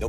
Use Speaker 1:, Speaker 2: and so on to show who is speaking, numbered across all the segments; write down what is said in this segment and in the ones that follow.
Speaker 1: No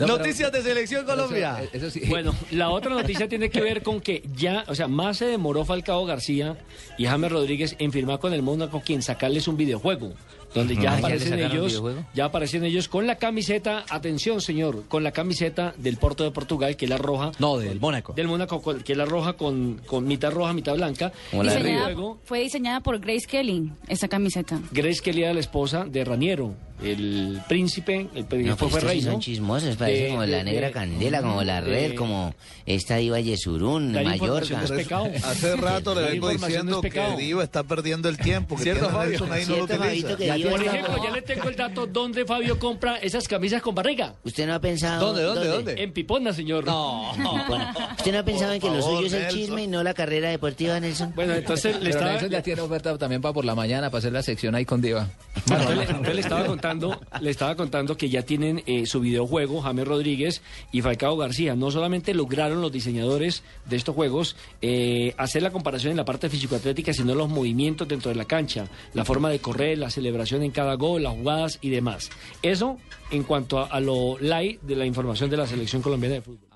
Speaker 2: Noticias de Selección Colombia.
Speaker 3: eh,
Speaker 4: Eso, eso sí.
Speaker 5: Eh,
Speaker 4: Bueno, la otra noticia tiene que ver con que ya, o sea, más se demoró Falcao García y James Rodríguez en firmar con el Mónaco quien sacarles un videojuego. Donde ya
Speaker 5: Ah, ¿ya le
Speaker 4: aparecen
Speaker 5: sacaron
Speaker 4: ellos,
Speaker 5: videojuego?
Speaker 4: ya aparecen ellos con la camiseta, atención señor, con la camiseta del Porto de Portugal, que es la roja.
Speaker 5: No, del Mónaco.
Speaker 4: Del Mónaco, con- que es la roja con, con mitad roja, mitad blanca.
Speaker 5: Como la de
Speaker 4: Y
Speaker 5: River.
Speaker 6: Diseñada-
Speaker 4: luego,
Speaker 6: fue diseñada por Grace Kelly, esa camiseta.
Speaker 4: Grace Kelly era la esposa de Raniero, el príncipe, el príncipe
Speaker 5: No, pues
Speaker 4: fue
Speaker 5: estos
Speaker 4: rey,
Speaker 5: sí
Speaker 4: ¿no?
Speaker 5: son chismosos, parece
Speaker 4: De-
Speaker 5: como la
Speaker 4: de-
Speaker 5: negra
Speaker 4: de-
Speaker 5: candela, como la red,
Speaker 4: de-
Speaker 5: como esta diva Yesurún,
Speaker 4: Dar
Speaker 5: Mallorca.
Speaker 4: información es pecado.
Speaker 2: Hace rato le
Speaker 4: La
Speaker 2: vengo
Speaker 4: información
Speaker 2: diciendo
Speaker 4: no es pecado.
Speaker 2: que Diva está perdiendo el tiempo, que
Speaker 4: Cierto,
Speaker 2: tiene a Nelson
Speaker 4: Fabio.
Speaker 2: ahí y no lo
Speaker 5: Cierto, Fabito,
Speaker 2: utiliza.
Speaker 5: que
Speaker 2: Ya
Speaker 5: Diva
Speaker 4: Por
Speaker 5: está-
Speaker 4: ejemplo, ya le tengo el dato donde Fabio compra esas camisas con barriga.
Speaker 5: ¿Usted no ha pensado...
Speaker 2: ¿Dónde, dónde, dónde?
Speaker 4: En Pipona, señor. No.
Speaker 5: Bueno, ¿Usted no ha pensado en que lo
Speaker 2: favor,
Speaker 5: suyo es el
Speaker 2: Nelson.
Speaker 5: chisme y no la carrera deportiva, Nelson?
Speaker 4: Bueno, entonces le
Speaker 3: Pero
Speaker 4: estaba,
Speaker 3: Nelson ya tiene oferta también para por la mañana, para hacer la sección ahí con Diva.
Speaker 4: entonces le- entonces le estaba contando, le estaba contando que ya tienen eh, su videojuego, James Rodríguez y Falcao García. No solamente lograron los diseñadores de estos juegos eh, hacer la comparación en la parte físico-atlética, sino los movimientos dentro de la cancha, la forma de correr, la celebración en cada gol, las jugadas y demás. Eso en cuanto a, a lo light de la información de la selección colombiana de fútbol.